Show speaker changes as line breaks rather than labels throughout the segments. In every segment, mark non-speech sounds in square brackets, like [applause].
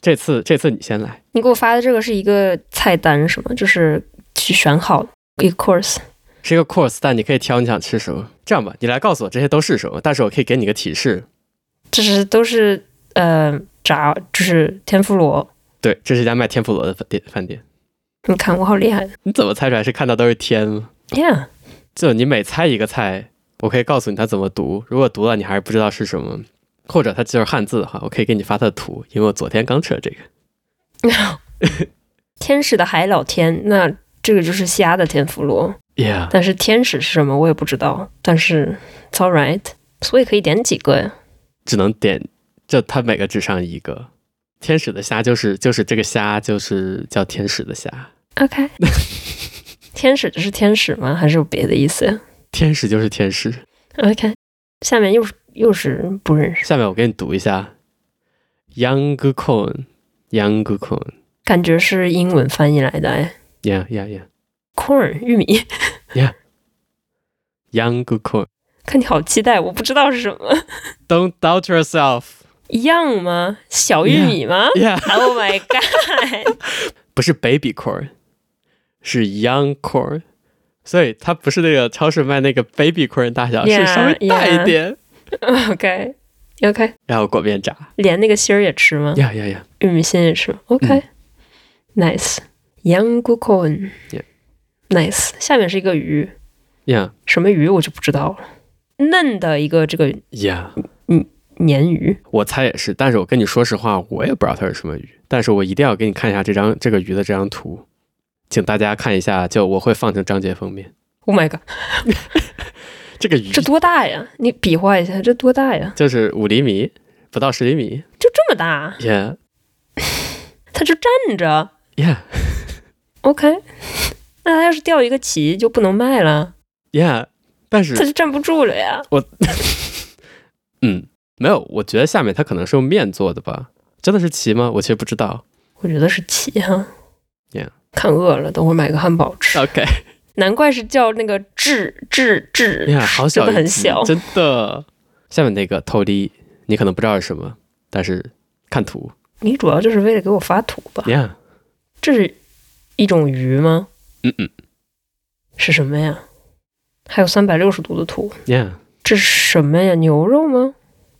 这次这次你先来。
你给我发的这个是一个菜单是吗？就是去选好的一个 course。
是一个 course，但你可以挑你想吃什么。这样吧，你来告诉我这些都是什么，但是我可以给你个提示。
这是都是呃炸，就是天妇罗。
对，这是一家卖天妇罗的饭店。饭店，
你看我好厉害
你怎么猜出来是看到都是天吗？
，Yeah，
就你每猜一个菜，我可以告诉你它怎么读。如果读了你还是不知道是什么，或者它就是汉字的话，我可以给你发它的图，因为我昨天刚吃了这个。
天使的海老天，那这个就是虾的天妇罗，
Yeah，
但是天使是什么我也不知道，但是 it's all right，所以可以点几个呀？
只能点，就它每个只上一个。天使的虾就是就是这个虾就是叫天使的虾，
OK，天使就是天使吗？还是有别的意思呀
天使就是天使。
？OK，下面又是又是不认识，
下面我给你读一下，young corn，young corn，yeah
感觉是英文翻译来的哎
yeah
，corn 玉米，
yeah，young corn。
[laughs] 看你好期待，我不知道是什么
Don't doubt yourself。
一样吗？小玉米吗 [laughs]
Yeah，
？Oh my god！ [laughs]
不是 baby corn，是 young corn，所以它不是那个超市卖那个 baby corn 大小，是
Yeah，
稍微大一
yeah
点。
OK OK，
然后裹面炸，
连那个芯儿也吃吗？
呀呀呀！
玉米芯也吃吗
嗯
？OK，Nice，羊骨 corn。
Yeah
Nice，下面是一个鱼，
呀
什么鱼我就不知道了。嫩的一个这个
呀，
鲶鱼，
我猜也是，但是我跟你说实话，我也不知道它是什么鱼，但是我一定要给你看一下这张这个鱼的这张图，请大家看一下，就我会放成章节封面。
Oh my god，
这个鱼
这多大呀？你比划一下，这多大呀？
就是五厘米，不到十厘米。
就这么大，啊
Yeah
它就站着。
yeah
OK，那它要是掉一个鳍就不能卖了，
yeah，
它
但是
就站不住了呀。
嗯，没有，我觉得下面它可能是用面做的吧？真的是鳍吗？我其实不知道。
我觉得是鳍哈。
Yeah 啊
看饿了，等会儿买个汉堡吃。
OK
难怪是叫那个智智智，
哎呀，好小，
真的很小。
真的。下面那个透滴，你可能不知道是什么，但是看图
你主要就是为了给我发图吧？
，Yeah，
这是一种鱼吗？
嗯嗯
是什么呀？还有三百六十度的图，
，Yeah，
这是什么呀？牛肉吗？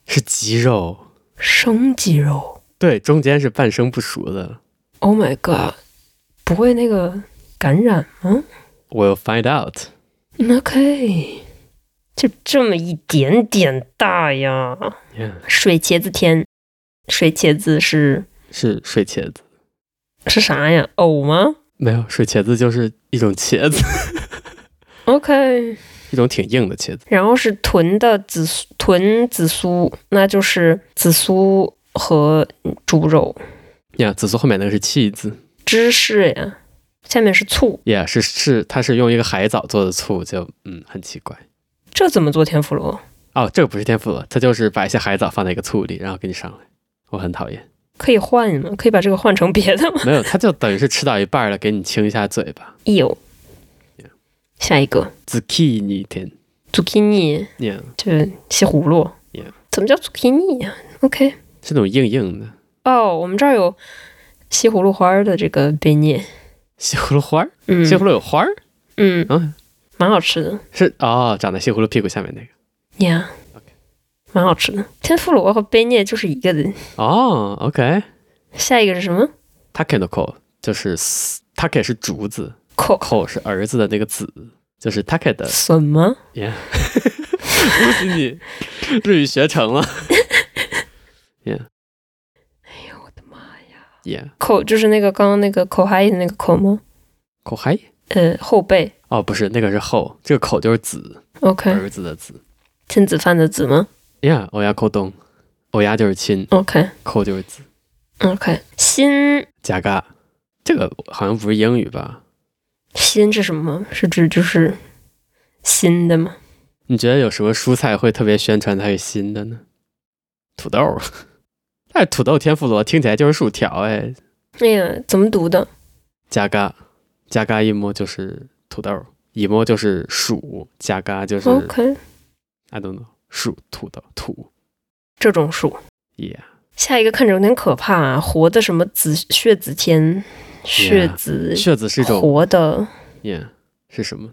是鸡肉，
生鸡肉
对，中间是半生不熟的。
？Oh my god！不会那个感染吗
We'll find out。
？OK，就这么一点点大呀。
Yeah，
水茄子天，水茄子是
是水茄子，
是啥呀？藕吗
没有水茄子就是一种茄子，
？OK，
一种挺硬的茄子。
然后是豚的紫苏，豚紫苏，那就是紫苏和猪肉。
呀、紫苏后面那个是 cheese，
芝士呀，下面是醋，
也、是是，它是用一个海藻做的醋，就嗯很奇怪。
这怎么做天妇罗
哦，这个不是天妇罗，它就是把一些海藻放在一个醋里，然后给你上来。我很讨厌，
可以换吗？可以把这个换成别的
[laughs]
吗？ [laughs]
没有，它就等于是吃到一半了，给你清一下嘴巴。
有
Yeah，
下一个
zucchini 天，
zucchini
呀，
就是西葫芦
Yeah
怎么叫 zucchini 呀？OK，
是那种硬硬的
哦，我们这儿有西葫芦花儿的这个贝涅，
西葫芦花儿。
嗯
西葫芦有花儿，
嗯，
嗯，
蛮好吃的
是哦，长在西葫芦屁股下面那个。
，Yeah，蛮好吃的。天妇罗和贝涅就是一个的。
哦，OK，
下一个是什么？
t a k e n o k o 就是丝 take 是竹子
口
，ko 是儿子的那个子，就是 take 的
什么？
Yeah，恭喜你日语学成了。Yeah
哎呦我的妈呀！
Yeah，
口就是那个刚刚那个口嗨的那个口吗？
口嗨
呃，后背。
哦，不是那个是后，这个口就是子，
OK，
儿子的子。
亲子饭的子吗
Yeah，欧牙扣东，欧牙就是亲，
？OK
扣就是子。
OK，心
加嘎，这个好像不是英语吧？
心是什么？是指就是新的吗？
你觉得有什么蔬菜会特别宣传它是新的呢？土豆，但是土豆天妇罗听起来就是薯条哎。
哎呀，怎么读的？
加嘎，加嘎一摸就是土豆，一摸就是薯，加嘎就是
OK，
I don't know，树土的土
这种树
，Yeah，
下一个看着有点可怕、啊，活的什么紫血子天，血子
血子是一种
活的
，yeah 是什么？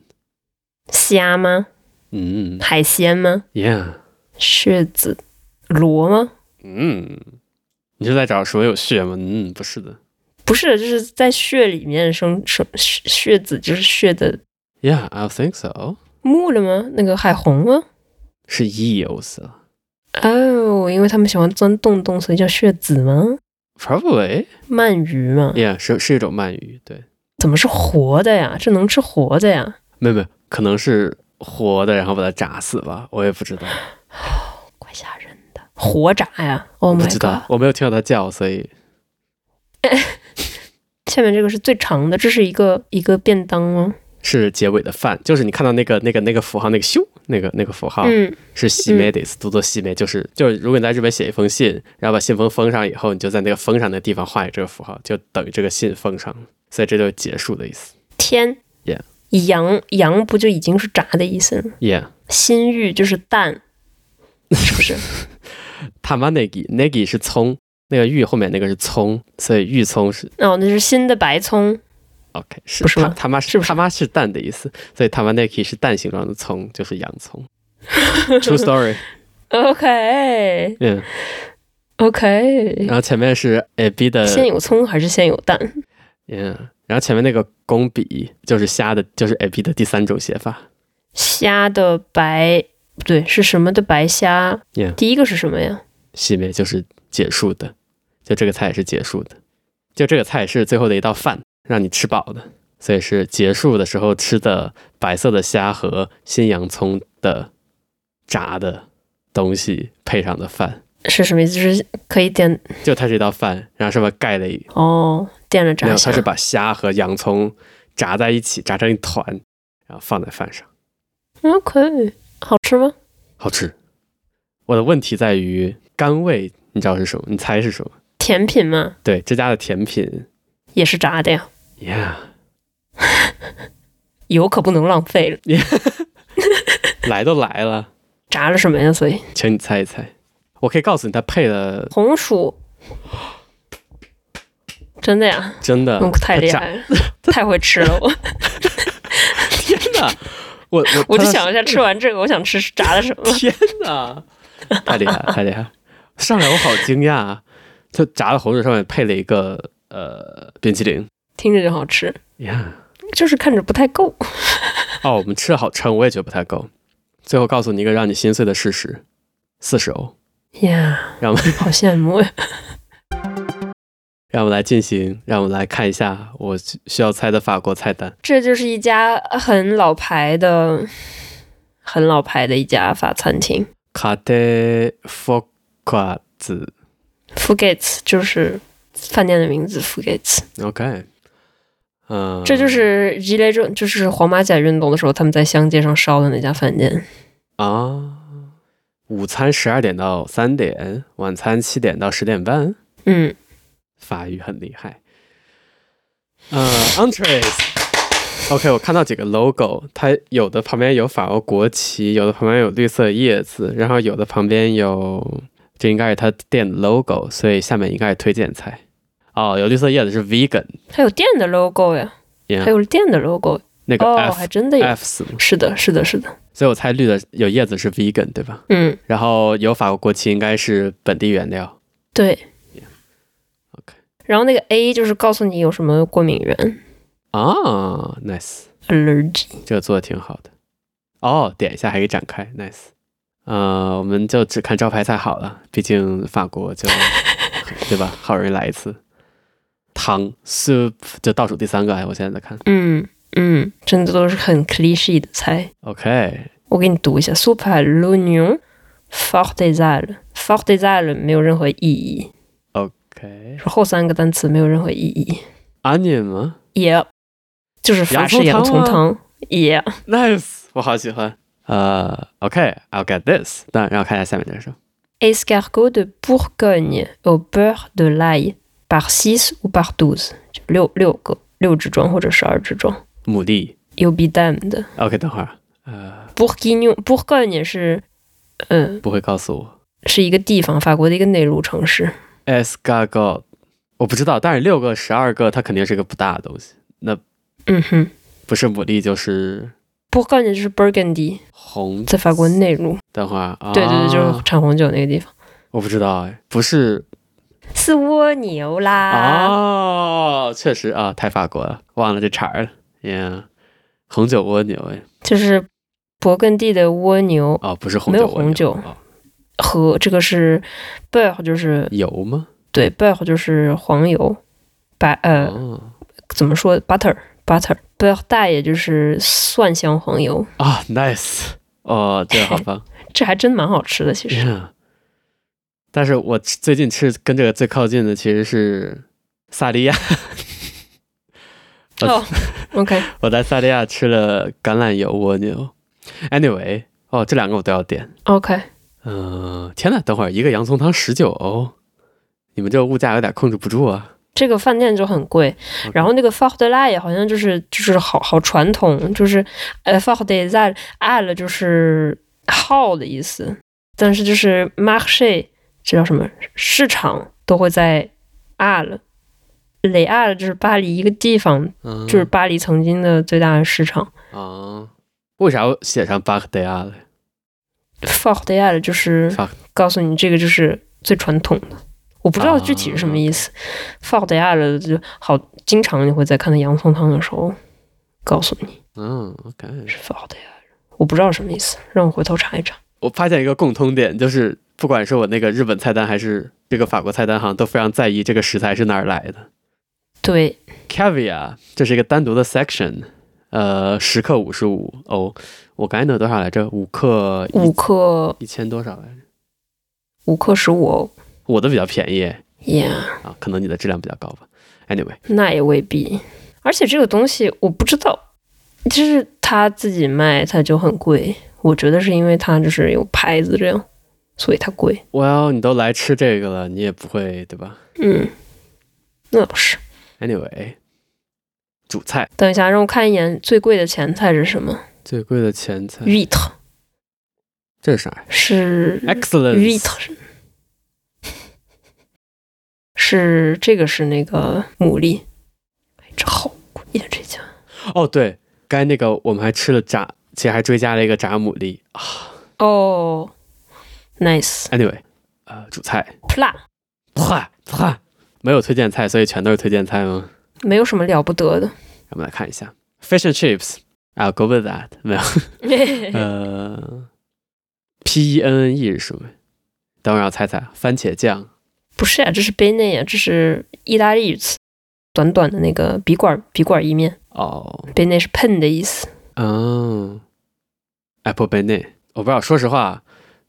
虾吗？
嗯
海鲜吗？
，yeah
血子螺吗？
嗯，你是在找什么有血吗？嗯，不是的
不是，就是在血里面生生血血子，就是血的
，yeah I think so
木了吗？那个海虹吗？
是 eels 啊
哦，因为他们喜欢钻洞洞，所以叫血子吗？
probably
鳗鱼吗？
yeah 是是一种鳗鱼，对，
怎么是活的呀？这能吃活的呀？
没有没有，可能是活的，然后把它炸死吧，我也不知道，
怪吓人的，活炸呀！Oh
我
my
不知
god！
道，我没有听到它叫，所以
下面这个是最长的，这是一个一个便当吗？
是结尾的饭，就是你看到那个那个那个符号，那个咻，那个那个符号，
嗯，
是西梅得斯，读作西梅，就是就是，如果你在日本写一封信，然后把信封封上以后，你就在那个封上的地方画一个这个符号，就等于这个信封上了，所以这就是结束的意思。
天
Yeah
羊羊不就已经是炸的意思了吗？
Yeah，
心玉就是蛋，是不是？
塔玛内吉，内吉是葱，那个玉后面那个是葱，所以玉葱是
哦，那是新的白葱。
OK，是
不是
他
吗
他妈
是不是
他妈是蛋的意思，所以塔玛内吉是蛋形状的葱，就是洋
[laughs]
葱。True story，
OK
嗯，
OK，
然后前面是 a b 的，
先有葱还是先有蛋？
嗯，然后前面那个弓笔就是虾的，就是 a b 的第三种写法。
虾的白不对，是什么的白虾
Yeah
第一个是什么呀？
西梅就是结束的，就这个菜是结束的，就这个菜是最后的一道饭，让你吃饱的，所以是结束的时候吃的白色的虾和新洋葱的炸的东西配上的饭，
是什么意思？就是可以点
就它是一道饭，然后上面盖了一
哦，点了
没
炸
有，它
虾
是。把虾和洋葱炸在一起，炸成一团，然后放在饭上，
OK，好吃吗？
好吃。我的问题在于甘味，你知道是什么？你猜是什么？
甜品嘛，
对，这家的甜品
也是炸的呀，
，yeah。
油可不能浪费了。
来都来了，
炸了什么呀？所以
请你猜一猜。我可以告诉你，它配了
红薯，真的呀，
真的
我、嗯太厉害了，太会吃 [laughs] 了我。
真的，我我
[laughs] 我就
它。
想一下，吃完这个，我想吃炸的什么
天哪，太厉害了，太厉害了！上来我好惊讶啊，就炸的红薯上面配了一个呃冰淇淋
听着就好吃，
呀。
就是看着不太够。
哦，我们吃的好撑，我也觉得不太够。最后告诉你一个让你心碎的事实：四十欧。 [laughs]
呀、
让我们
好羡慕呀！
让我们来进行，让我们来看一下我需需要猜的法国菜单。
这就是一家很老牌的、很老牌的一家法餐厅。
卡特福瓜子
Fugets 就是饭店的名字，Fugets。
，OK，嗯，
这就是 g i l e 就是黄马甲运动的时候他们在乡街上烧的那家饭店。
啊，午餐十二点到三点，晚餐七点到十点半。
嗯，
法语很厉害。呃，entrees。OK，我看到几个 logo，它有的旁边有法国国旗，有的旁边有绿色叶子，然后有的旁边有，这应该是它店的 logo，所以下面应该是推荐菜。哦，有绿色叶子是 vegan，
还有店的 logo 呀
Yeah
还有店的 logo。
嗯那个
哦，
F、
还真的有。
F 死了，
是的，是的，是的。
所以我猜绿的有叶子是 vegan 对吧？
嗯，
然后有法国国旗应该是本地原料。
对。
OK
然后那个 A 就是告诉你有什么过敏源
啊，nice，
allergy。
这个做的挺好的。哦，点一下还可以展开，nice。呃，我们就只看招牌菜好了，毕竟法国就 [laughs] 对吧，好容易来一次。汤 soup 就倒数第三个，哎，我现在在看。
嗯嗯，真的都是很 cliche 的菜。
OK，
我给你读一下：soup à l'oignon, fort des ailes。fort des ailes 没有任何意义，
OK，
是后三个单词没有任何意义。
onion 吗
Yeah，就是法式洋
洋葱
葱
汤
汤。Yeah，啊
？Nice，我好喜欢。呃，OK，I'll、get this。但让我看一下下面这是什么。
escargot de Bourgogne au beurre de l'ail par 6 ou par 12，就六六个六只装或者十二只装。
牡蛎。
You'll be damned。
OK，等会儿，呃，
Bourguignon Bourgogne 是，嗯，
不会告诉我。
是一个地方，法国的一个内陆城市。
escargot，我不知道，但是六个、十二个，它肯定是个不大的东西，
嗯哼，
不是牡蛎就是
勃艮第就是 Burgundy，
红。
在法国内陆。
等会儿，啊、
对对对，就是产红酒那个地方，
我不知道哎，不是
是蜗牛
啊
啦。
哦，确实啊，太法国了，忘了这茬儿了。呀，红酒蜗牛哎，
就是勃艮第的蜗牛
哦，不是红
没
酒
有
蜗牛，
红酒
哦
和这个是 b e u r 就是
油吗？
对 b e u r 就是黄油，白呃、
哦
怎么说 butter butter b e u r 大也就是蒜香黄油，
啊，nice，哦，这个好
[laughs]
棒。
这还真蛮好吃的。其实
Yeah. 但是我吃最近吃跟这个最靠近的其实是萨利亚，我
哦，OK，
我在萨利亚吃了橄榄油蜗牛。Anyway，哦，这两个我都要点。
OK，
嗯、天呐，等会儿一个洋葱汤十九欧，你们这物价有点控制不住啊。
这个饭店就很贵。然后那个 f o r d e l a 也好像就是就是好好传统，就是呃 f o r d e l a l 就是号的意思，但是就是 marché 这叫什么市场都会在 al。雷阿就是巴黎一个地方，
嗯，
就是巴黎曾经的最大的市场。
啊，为啥我写上巴克德亚了？
f o r d e l 就是
法
告诉你这个就是最传统的，我不知道具体是什么意思。f o r d e l 就好，经常你会在看到洋葱汤的时候告诉你
嗯，OK。
是 f o r d e l 我不知道什么意思，让我回头查一查。
我发现一个共通点，就是不管是我那个日本菜单，还是这个法国菜单，好像都非常在意这个食材是哪儿来的。
对，
caviar，这是一个单独的 section，呃，十克五十五欧，我刚才那多少来着？五克
五
一
克
一千多少来着？
五克十五欧
我的比较便宜
，Yeah，
啊，可能你的质量比较高吧。Anyway，
那也未必。而且这个东西我不知道，就是他自己卖它就很贵，我觉得是因为它就是有牌子这样，所以它贵。
我要你都来吃这个了，你也不会对吧
嗯，那倒是。
？Anyway，主菜
等一下，让我看一眼最贵的前菜是什么
最贵的前菜
v i t
这是啥
是
哎
v i
？Excellent，
t 是是这个是那个牡蛎，哎，这好贵呀、这家
哦对，刚才那个我们还吃了炸，其实还追加了一个炸牡蛎。
哦、n i c e
Anyway，呃，主菜，
plat
啪啪，没有推荐菜，所以全都是推荐菜吗？
没有什么了不得的，
让我们来看一下 fish and chips。I'll go with that。没有，呃，P E N N E 是什么？等会儿我猜猜，番茄酱。
不是呀、这是 b e n e 呀，这是意大利语词，短短的那个笔管笔管一面
哦，
b e n e 是 pen 的意思，
嗯，Apple Benet。我不知道，说实话，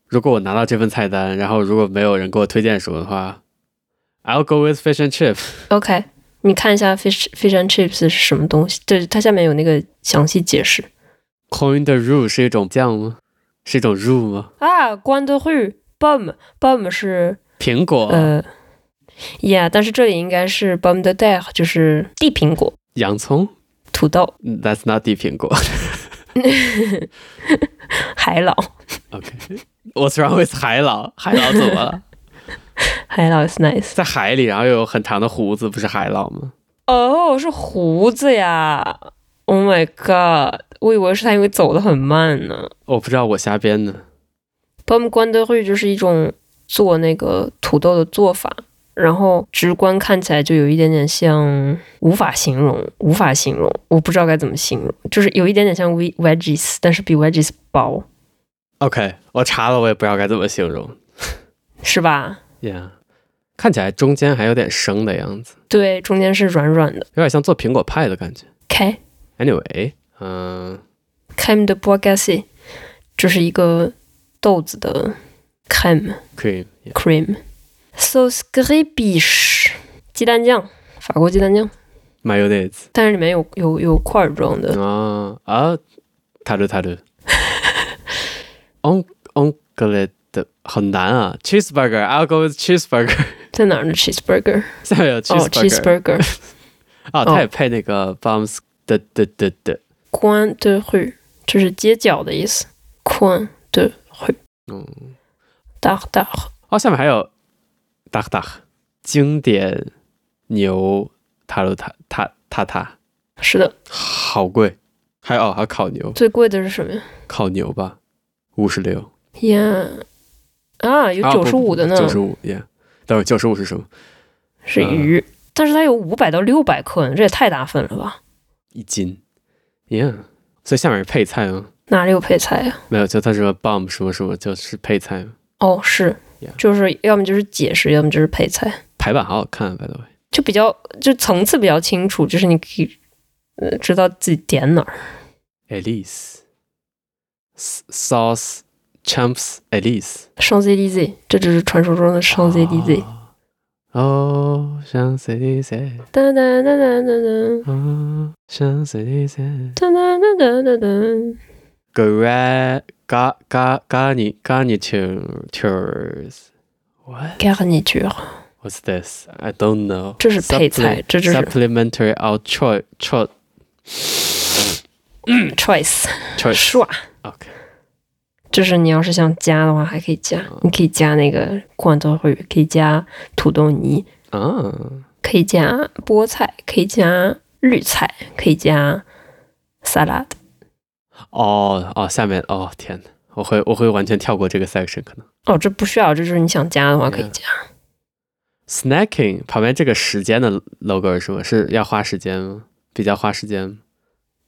如果我拿到这份菜单，然后如果没有人给我推荐什么的话，I'll go with fish and chips。
OK，你看一下 fish fish and chips 是什么东西？对，它下面有那个详细解释
Coin de roux 是一种酱吗？是一种 roux 吗？
啊。关德惠 bum bum 是
苹果、
呃，yeah，但是这里应该是 bum de terre，就是地苹果、
洋葱
土豆、
嗯？That's not 地苹果。
海老。
What's wrong with 海老？海老怎么了？
海老 is nice。
在海里，然后又有很长的胡子，不是海老吗？
哦，是胡子呀！Oh my god，我以为是他因为走得很慢呢。
我不知道，我瞎编的。
bum 关德惠就是一种做那个土豆的做法，然后直观看起来就有一点点像，无法形容，无法形容，我不知道该怎么形容，就是有一点点像 we- wedges，但是比 wedges 薄，
OK，我查了，我也不知道该怎么形容。
是吧？
Yeah，看起来中间还有点生的样子，
对，中间是软软的。
有点像做苹果派的感觉。
开
Anyway，嗯、
crème de bois glacé，这是一个豆子的 crème
c r e a m y
cream。sauce gribiche，鸡蛋酱，法国鸡蛋酱，
m a y o n n a i s
但是里面有有有块儿状的
e 啊啊，塔鲁塔鲁，on on 格雷的好难啊，cheeseburger，I'll go with cheeseburger， [laughs]
在哪儿呢？cheeseburger，
下面有
哦
cheeseburger，
，cheeseburger，
啊、它也配那个 bombs 的的的的，
coin de rue 就是街角的意思，coin de rue
嗯，
dar dar
哦，下面还有 duck duck，经典牛塔鲁塔塔塔塔，
是的，
好贵。还有哦，还有烤牛，
最贵的是什么呀？
烤牛吧，五十六，
呀、啊，有九十五的呢，
九十五耶。等会儿九十五是什么？
是鱼，但是它有五百到六百克呢，这也太大份了吧？
一斤耶。Yeah 所以下面是配菜吗？
哪里有配菜呀、
没有，就他说 bomb 什么什么，就是配菜吗。
哦，是
Yeah，
就是要么就是解释，要么就是配菜。
排版好好看啊，by the way。
就比较就层次比较清楚，就是你可以呃知道自己点哪儿。
Elise S- sauce champs Elise
Champs Elysees，这就是传说中的
啊
Champs Elysees。
哦，Champs Elise
噔噔噔噔噔
哦，Champs Elise
噔噔噔噔噔噔。
Gra ga ga garni garnitures What
Garniture，
what's this? I don't know.
这是配菜
Supple-
这就是
supplementary or choice choice
choice，[laughs]
choice.
刷。
OK，
就是你要是想加的话，还可以加，你可以加那个罐头鱼，可以加土豆泥，
啊，
可以加菠菜，可以加绿菜，可以加沙拉。
哦哦，下面哦天呐，我会我会完全跳过这个 section 可能。
哦，这不需要，这就是你想加的话可以
Yeah
加。
Snacking 旁边这个时间的 logo 是什么？是要花时间吗？比较花时间吗？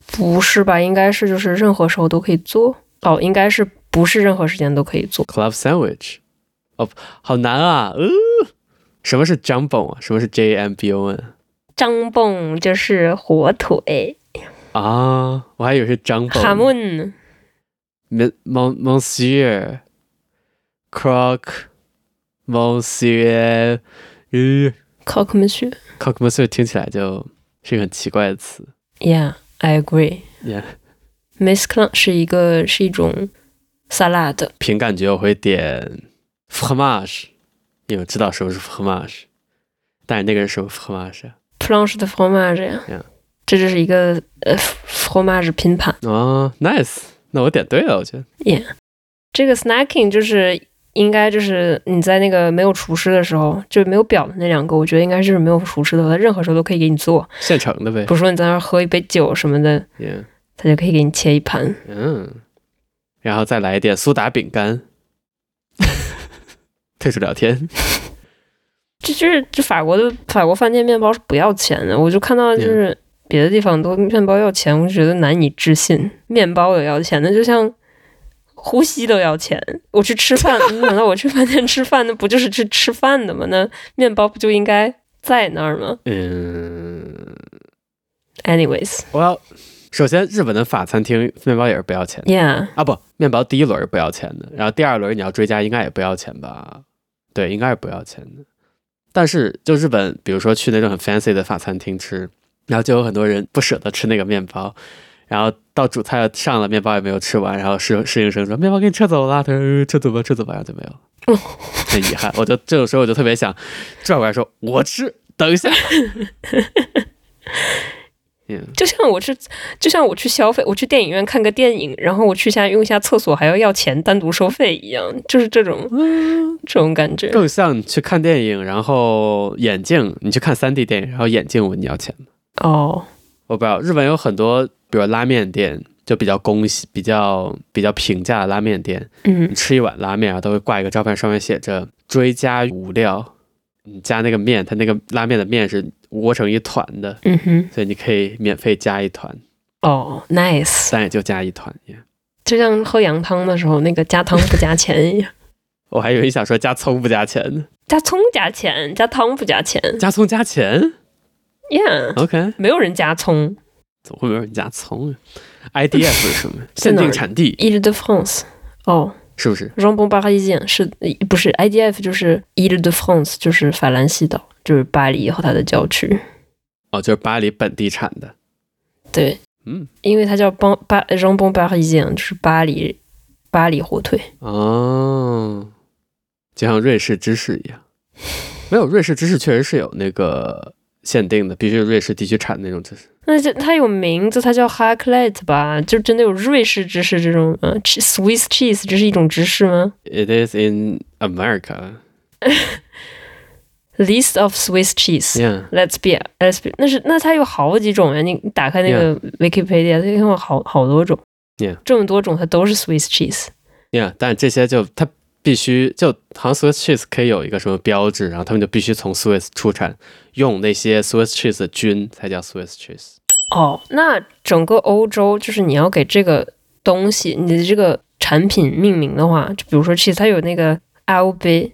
不是吧？应该是就是任何时候都可以做哦，应该是不是任何时间都可以做
Club Sandwich，哦，好难啊！呃，什么是 Jumbo 啊？什么是 J M B O N
张蹦就是火腿
啊？我还以为是 Jumbo。
哈闷
Mon Monsieur Croc Monsieur，呃
c o c k m a c h
，Croc Monsieur 听起来就是一个很奇怪的词。
y e a h I agree。
Yeah，
m e s c l a n 是一个是一种沙拉的，
凭感觉我会点 fromage，因为我知道什么是 fromage，但是那个是什么 fromage 啊？
planche de fromage 呀
Yeah
这就是一个呃 fromage 拼盘。
哦、n i c e 那我点对了，我觉得。
这个 snacking 就是应该就是你在那个没有厨师的时候，就是没有表的那两个，我觉得应该就是没有厨师的，他任何时候都可以给你做。
现成的呗
比。如说你在那儿喝一杯酒什么的，
Yeah，
他就可以给你切一盘。
嗯，然后再来一点苏打饼 [laughs] 干。退出聊天，
这就是这法国的法国饭店面包是不要钱的，我就看到就是别的地方都面包要钱，我就觉得难以置信，面包都要钱，那就像呼吸都要钱。我去吃饭，难道我去饭店吃饭，那不就是去吃饭的吗？那面包不就应该在那儿吗
嗯
？Anyways，
我要首先日本的法餐厅面包也是不要钱的
yeah，
啊，不，面包第一轮是不要钱的，然后第二轮你要追加应该也不要钱吧？对，应该是不要钱的。但是就日本，比如说去那种很 fancy 的法餐厅吃，然后就有很多人不舍得吃那个面包，然后到主菜上了，面包也没有吃完，然后侍侍应生说面包给你撤走了，他说、呃撤走吧，撤走吧，然后就没有了。 [laughs] 很遗憾，我就这种时候我就特别想转过来说，我吃，等一下。嗯，
就像我去，就像我去消费，我去电影院看个电影，然后我去一下用一下厕所还要要钱单独收费一样，就是这种这种感觉。
更像去看电影，然后眼镜，你去看三 D 电影，然后眼镜我你要钱吗
哦，
我不知道，日本有很多，比如拉面店，就比较公比较比较平价的拉面店，
嗯
你，吃一碗拉面啊，都会挂一个招牌，上面写着追加五料，你加那个面，它那个拉面的面是窝成一团的，
嗯哼，
所以你可以免费加一团，
哦，nice，
但也就加一团。Yeah
就像喝羊汤的时候，那个加汤不加钱一样，
我还以为你想说加葱不加钱呢，
加葱加钱，加汤不加钱
加葱加钱
，yeah，
[laughs] ？OK，
没有人加葱
怎么会没有人加葱啊？IDF 是什么？
在
限
哪儿
定产地
，Ile de France，哦
是不是？
，Jambon Parisien 是不是 IDF 就是 Ile de France，就是法兰西岛，就是巴黎和它的郊区，
哦，就是巴黎本地产的。
对，
嗯，
因为它叫邦巴 Jambon Parisien，就是巴黎巴黎火腿，
哦，就像瑞士芝士一样，没有瑞士芝士确实是有那个限定的，必须是瑞士地区产的那种芝士。
那就它有名字，它叫 h a c k l e t 吧，就真的有瑞士芝士这种，嗯、c h Swiss cheese 这是一种芝士吗？
It is in America.
list of Swiss cheese。
Yeah，
Let's be, let's be，那是那它有好几种呀！你你打开那个 Wikipedia，它有好好多种
Yeah
这么多种它都是 Swiss cheese。
yeah，但这些就它必须就好像 Swiss cheese 可以有一个什么标志，然后他们就必须从 Swiss 出产，用那些 Swiss cheese 的菌才叫 Swiss cheese。
哦，那整个欧洲就是你要给这个东西，你的这个产品命名的话，就比如说 cheese，它有那个 AOB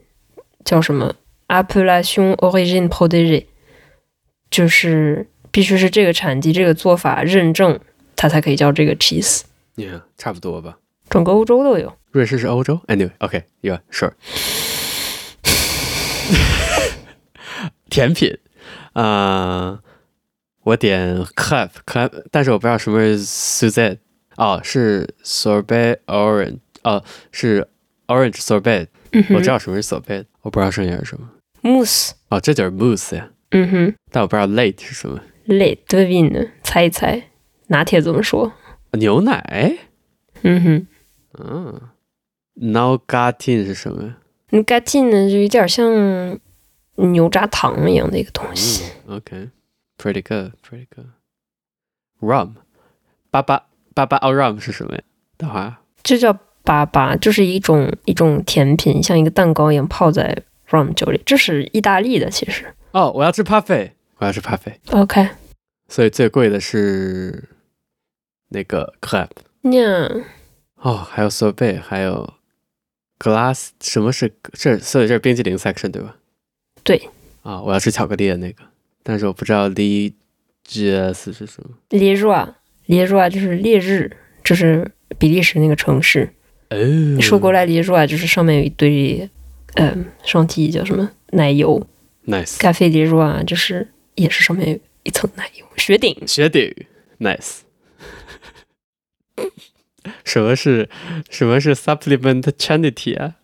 叫什么 Appellation Origine Protégée，就是必须是这个产地、这个做法认证，它才可以叫这个 cheese。
Yeah，差不多吧。
整个欧洲都有。
瑞士是欧洲？Anyway，OK，Yeah，Sure。甜品，啊、我点 club club，但是我不知道什么是 Suzette，哦，是 sorbet orange，哦，是 orange sorbet，
嗯
我知
哼
道什么是 sorbet，我不知道剩下是什么。
，mousse。
哦，这就是 mousse 呀，
嗯哼。
但我不知道 late 是什么。
lait de vin，猜一猜，拿铁怎么说？
牛奶，
嗯哼
嗯 n o g a t i n 是什么呀？
那 g a t i 呢，就有点像牛轧糖一样的一个东西。
嗯 OK, pretty good, pretty good. Rum，巴巴巴巴奥 rum 是什么呀？等会儿啊
这叫粑粑，就是一种一种甜品，像一个蛋糕一样泡在 rum 酒里。这是意大利的，其实。
哦，我要吃 parfait，我要吃 parfait。
OK，
所以最贵的是那个 club
那
哦，还有 sorbet，还有 glass。什么是这？所以这是冰激凌 section 对吧？
对。
啊、我要吃巧克力的那个，但是我不知道 l g s 是什么。
列日啊，列日啊，就是烈日，就是比利时那个城市。
哦，
说过来列日啊，就是上面有一堆，呃，上帝叫什么奶油，
，nice。
咖啡迪若啊，就是也是上面有一层奶油雪顶。
雪顶，nice。什么是什么是 supplement chantilly 啊？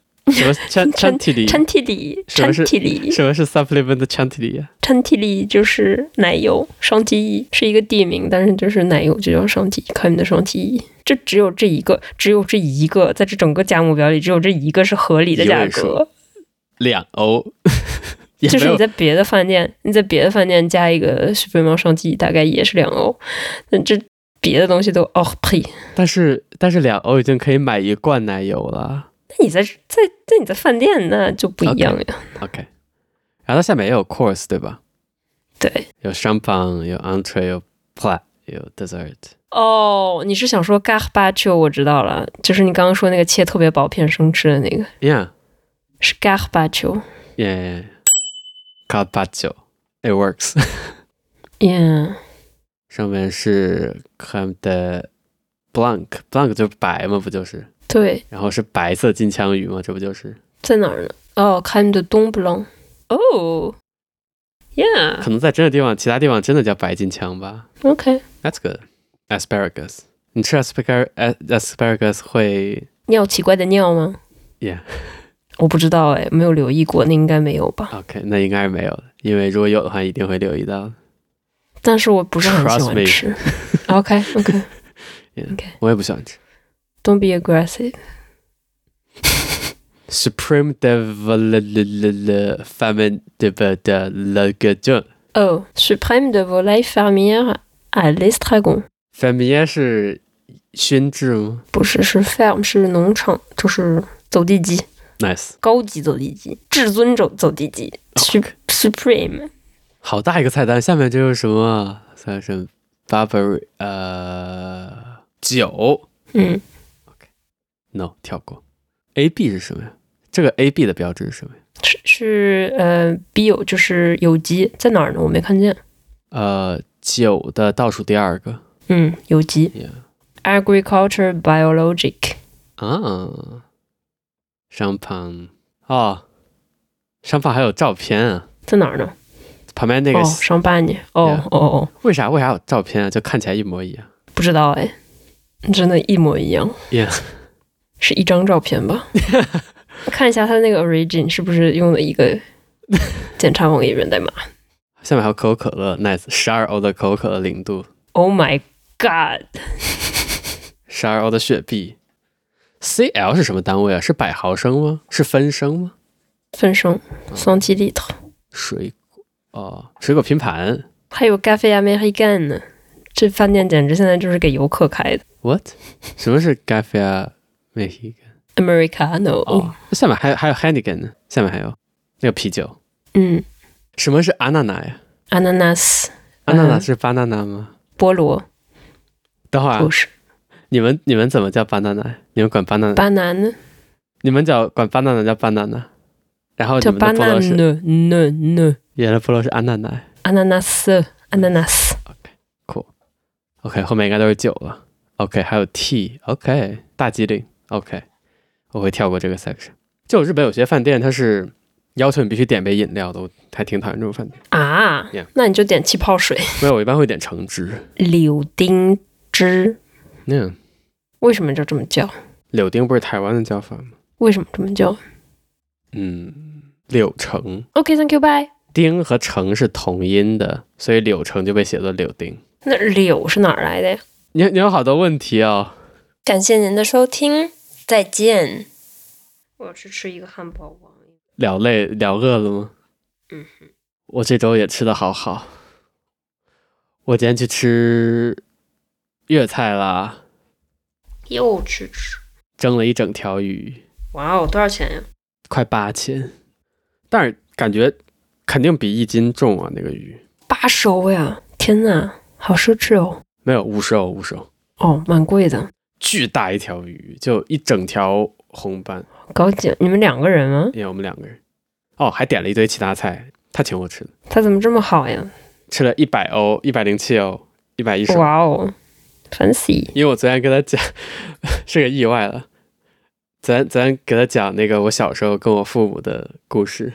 [laughs]
什么 chan chantilly？
抻体里，
什么
抻
是
体里，
什么是 supplement chantilly 啊？
抻体里就是奶油。双极一是一个地名，但是就是奶油就叫双极，看你的双极一。这只有这一个，只有这一个，在这整个价目表里，只有这一个是合理的
一
价
位数
格。
两欧，也
[laughs] 就是你
没有
在别的饭店，你在别的饭店加一个徐飞猫双极，大概也是两欧。那这别的东西都哦呸！
但是但是两欧已经可以买一罐奶油了。
那你在在在你在饭店那就不一样呀。
OK，然后它下面也有 course 对吧？
对，
有 champagne，有 entree，有 plat，有 dessert。
哦，你是想说 g a r b a c h o 我知道了，就是你刚刚说那个切特别薄片生吃的那个，
Yeah，
是 g a r b a c h o
yeah。Carpaccio，it works。
Yeah，
上面是 crème de blanc，blanc 就是白嘛，不就是？
对，
然后是白色金枪鱼嘛，这不就是？
在哪儿呢？哦，看的东布朗。哦，Yeah，OK，、
可能在真的地方，其他地方真的叫白金枪吧。That's good. Asparagus，你吃 asparagus 呃 asparagus 会
尿奇怪的尿吗？
，yeah，
我不知道哎，没有留意过，那应该没有吧？
OK，那应该是没有的，因为如果有的话，一定会留意到的。
但是我不是很喜
Trust me
欢吃。OK，OK，Don't、 [laughs]
我也不喜欢吃。
be aggressive。
Supreme de valele famine de de le g e
哦、s u p r e m e de volaille fermière à l'estragon。
famine 是熏制吗
不是，是 farm，是农场，就是走地鸡。 [laughs]
？Nice，
高级走地鸡，至尊走走地鸡
OK
Sup-，Supreme
好大一个菜单，下面这又是什么啊？算是 Burberry 呃酒
嗯。
，no 跳过。A B 是什么呀？这个 A B 的标志是什么呀？
是是呃，bio 就是有机，在哪儿呢？我没看见。
呃，酒的倒数第二个
嗯，有机
Yeah
agriculture biologic
啊，商旁哦，商旁还有照片啊，
在哪儿呢？
旁边那个、啊
哦，上半年。哦
Yeah
哦哦，
为啥为啥有照片啊？就看起来一模一样。
不知道哎，真的，一模一样，
Yeah，
是一张照片
[laughs]
吧？我看一下它那个 origin 是不是用了一
[laughs]
个检查网页源代码
下面还有可口可乐，nice，十二欧的可口可乐零度，
？Oh my god！
十二欧的雪碧。CL 是什么单位啊？是百毫升吗？是分升吗？
分升 c e n t i l i t r
水果哦，水果拼盘
还有咖啡 American 呢，这饭店简直现在就是给游客开的。
，what？什么是 g a f a Mexican？
Americano，、
哦，那下面还有还有 Heineken 呢，下面还有那个啤酒。
嗯
什么是 anana 呀
，ananas，
？anana
嗯
是 banana 吗？
菠萝
等会儿啊
不，是
你们你们怎么叫 banana？呀你们管 banana，
，banana
你们叫管 banana 叫 banana，然哦后你
叫
们的菠萝是
banana no no
原来菠萝是 anana 呀。
ananas ananas，
OK，后面应该都是酒了。OK，还有 T。OK，大吉岭。OK，我会跳过这个 section。就日本有些饭店它是要求你必须点杯饮料的，我还挺讨厌这种饭店。
啊
Yeah
那你就点气泡水，
没有，我一般会点橙汁。
柳丁汁，
嗯，
为什么就这么叫？
柳丁不是台湾的叫法吗？
为什么这么叫
嗯，柳橙。
？OK，thank、you bye。
丁和橙是同音的，所以柳橙就被写作柳丁。
那柳是哪儿来的呀？
你你有好多问题哦。
感谢您的收听，再见。我要去吃一个汉堡王。
聊累聊饿了吗？
嗯哼，
我这周也吃的好好。我今天去吃粤菜啦，
又去吃。
蒸了一整条鱼，
哇哦，多少钱呀、
快八千，但是感觉肯定比一斤重啊，那个鱼
八十欧呀！天呐，好奢侈哦。
没有五十欧，五十欧，
哦，蛮贵的，
巨大一条鱼，就一整条红斑。
高级。啊你们两个人吗？
因为我们两个人，哦，还点了一堆其他菜，他请我吃的，
他怎么这么好呀？
吃了一百欧，一百零七欧，一百一十欧。
哇哦，fancy。
因为我昨天跟他讲是个意外了，昨天昨天给他讲那个我小时候跟我父母的故事，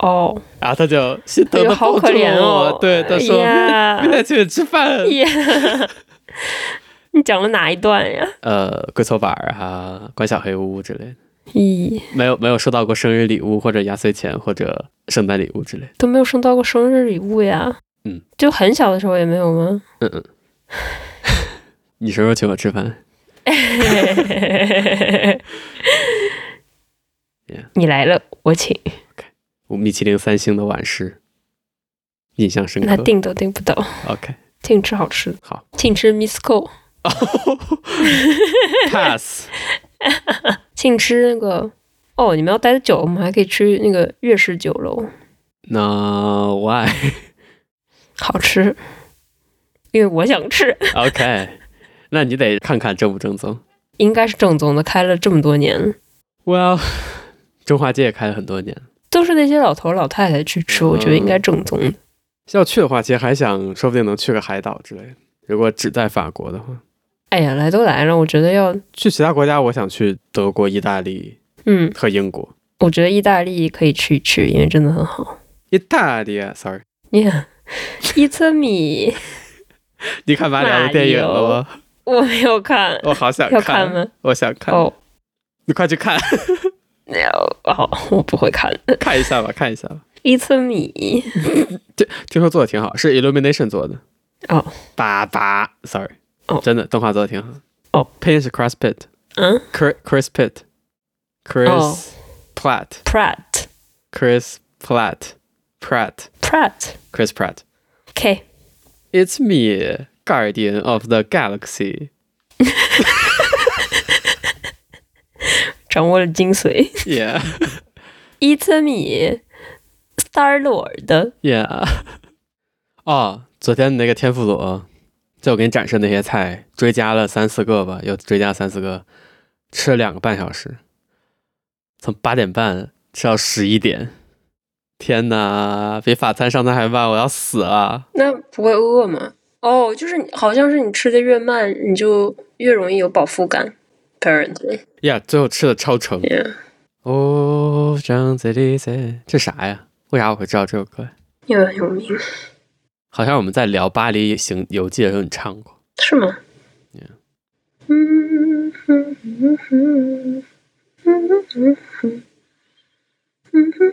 哦，
然后他就心疼
哎
的
呦好
抱住
可怜
了我，
哦
对，他说
呀
[laughs]
哎
明天请你吃饭，
呀，你讲了哪一段呀？
呃，龟头板儿啊，关小黑屋之类的，
咦，
没有没有收到过生日礼物或者压岁钱或者圣诞礼物之类的，
都没有收到过生日礼物呀。
嗯，
就很小的时候也没有
[laughs]
吗？
嗯嗯，你什么时候请我吃饭？Yeah
你来了，我请。
我米其林三星的晚诗，印象深
那
刻。
订都订不到，
OK，
请吃好吃的。
好，
请吃 Miss Co，
[laughs] pass，
请吃那个。哦，你们要待的久，我们还可以吃那个粤式酒楼，
那 why？
好吃。因为我想吃，
OK，那你得看看正不正宗。
应该是正宗的，开了这么多年，
Well，中华街也开了很多年，
都是那些老头老太太去吃，
嗯
我觉得应该正宗的。
要去的话，其实还想说不定能去个海岛之类的。如果只在法国的话，
哎呀，来都来了，我觉得要，
去其他国家，我想去德国、意大利
嗯，
和英国。
我觉得意大利可以去一去，因为真的很好。
意大利啊，sorry，
Yeah，it's a me，
你看马里奥的电影了吗？
我没有
[laughs]
看，
我好想
哎要
看，
看吗？
我想看，
哦，
你快去
[laughs]
看
那要哦，我不会看。
看一下吧，看一下吧。
It's a me，
听说做的挺好，是 Illumination 做的。
哦，
爸爸，sorry，
哦
真的动画做的挺好。
哦
，Pin 是 Cross Pit。
嗯
Chris Chris Pitt, Chris
哦
Platt,
，Pratt，Pratt，OK。
Chris Platt, Pratt, Chris Pratt.
OK
It's me, Guardian of the Galaxy.
掌握了精髓。
Yeah, [laughs]
It's a me Star Lord，
yeah. 哦，昨天那个天妇罗，就我给你展示那些菜，追加了三四个吧，又追加三四个，吃了两个半小时，从八点半吃到十一点。天哪，比法餐上餐还慢，我要死了。
那不会饿吗？哦，就是你好像是你吃的越慢，你就越容易有饱腹感。Apparently，
呀、最后吃的超撑。
yeah，
哦，张子丽在，这啥呀？为啥我会知道这首歌？
因为很有名，
好像我们在聊《巴黎行游记》的时候，你唱过。
是吗
Yeah
嗯嗯嗯嗯嗯嗯嗯嗯嗯嗯嗯嗯嗯嗯嗯嗯嗯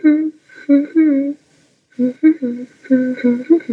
嗯嗯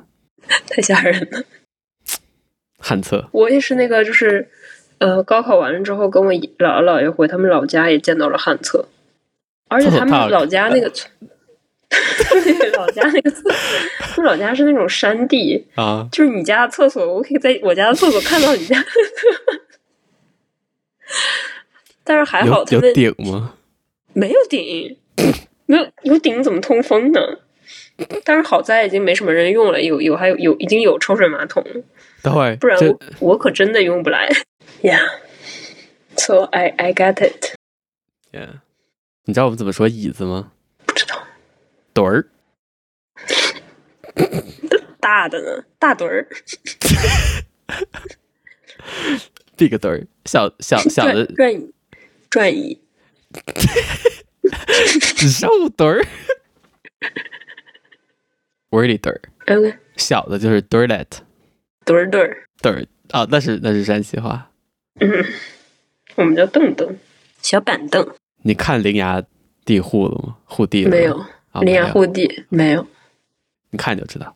太吓人了！
旱厕，
我也是那个，就是呃，高考完了之后，跟我姨姥姥姥爷回他们老家，也见到了旱厕，而且他
这么大呃
们老家那个村， [laughs] 对老家那个厕， [laughs] 他们老家是那种山地，
啊，
就是你家的厕所，我可以在我家的厕所看到你家的厕所。但是还好
有
他
有
们
顶吗？
没有顶，没有有顶怎么通风呢？但是好在已经没什么人用了，有有还有有已经有抽水马桶了。
等会儿，
不然
这
我我可真的用不来。Yeah, [laughs] so I I get it。
Yeah 你知道我们怎么说椅子吗？
不知道
盹儿，
大的呢，大墩儿，
big 盹儿，小
[laughs]
小小
转
的
转椅，转椅，
肉盹儿，窝 [laughs] 里盹儿，
哎，OK，
小的就是 d i r l e t
墩儿墩儿，
盹儿啊，那是那是山西话。
嗯，我们叫凳凳，小板凳，
你看陵崖地户了吗？户地了吗
没有，
啊，
林
没
雅
有
护地没有，
你看就知道。